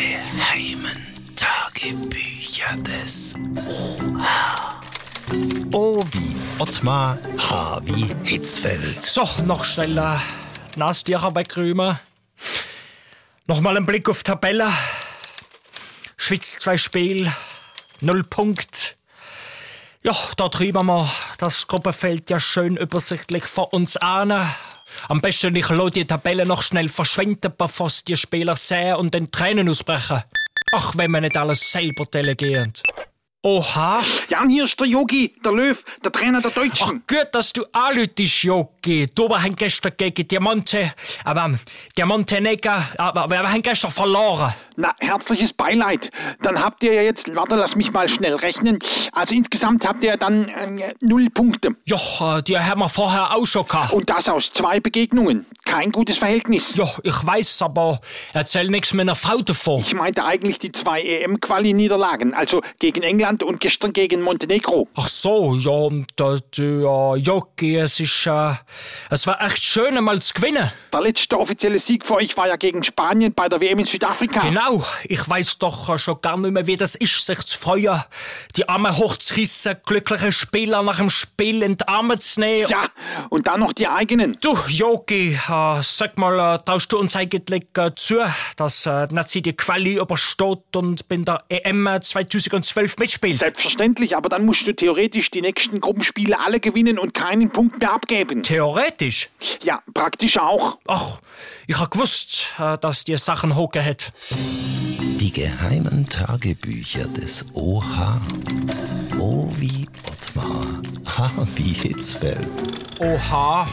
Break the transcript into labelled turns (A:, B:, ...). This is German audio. A: geheimen Tagebücher des
B: O wie Ottmar, H wie Hitzfeld.
C: So, noch schneller. Nastiacher bei Krümer. Nochmal ein Blick auf die Tabelle. Schwitzt zwei Spiel. Null Punkt. Ja, da drüben wir das Gruppenfeld ja schön übersichtlich vor uns an. Am besten ich lasse die Tabelle noch schnell verschwinden, bevor es die Spieler sehen und den Tränen ausbrechen. Ach, wenn wir nicht alles selber delegieren. Oha,
D: Jan, hier ist der Yogi, der Löw, der Trainer der
C: Ach,
D: Deutschen.
C: gut, dass du anlütest, Jogi. Du, wir haben gestern gegen die Monte, aber ähm, die Montenegro, aber wir haben gestern verloren.
D: Na, herzliches Beileid. Dann habt ihr ja jetzt, warte, lass mich mal schnell rechnen. Also insgesamt habt ihr ja dann äh, null Punkte.
C: Ja, äh, die haben wir vorher auch schon gehabt.
D: Und das aus zwei Begegnungen. Kein gutes Verhältnis.
C: Ja, ich weiß, aber erzähl nichts meiner Frau davon.
D: Ich meinte eigentlich die zwei EM-Quali-Niederlagen, also gegen England und gestern gegen Montenegro.
C: Ach so, ja, und, äh, du, äh, Jogi, es ist, äh, es war echt schön, einmal zu gewinnen.
D: Der letzte offizielle Sieg für euch war ja gegen Spanien bei der WM in Südafrika.
C: Genau, ich weiß doch äh, schon gar nicht mehr, wie das ist, sich zu freuen, die Arme hochzukissen, glückliche Spieler nach dem Spiel in die Arme zu nehmen.
D: Ja, und dann noch die eigenen.
C: Du, Jogi, äh, sag mal, äh, traust du uns eigentlich äh, zu, dass äh, die Nazi die Quali übersteht und bei der E EM 2012 mitspielt?
D: Selbstverständlich, aber dann musst du theoretisch die nächsten Gruppenspiele alle gewinnen und keinen Punkt mehr abgeben.
C: Theoretisch.
D: Ja, praktisch auch.
C: Ach, ich hab gewusst, äh, dass die Sachen hocken hat.
B: Die geheimen Tagebücher des OH. O wie Ottmar, H wie Hitzfeld.
C: Oha,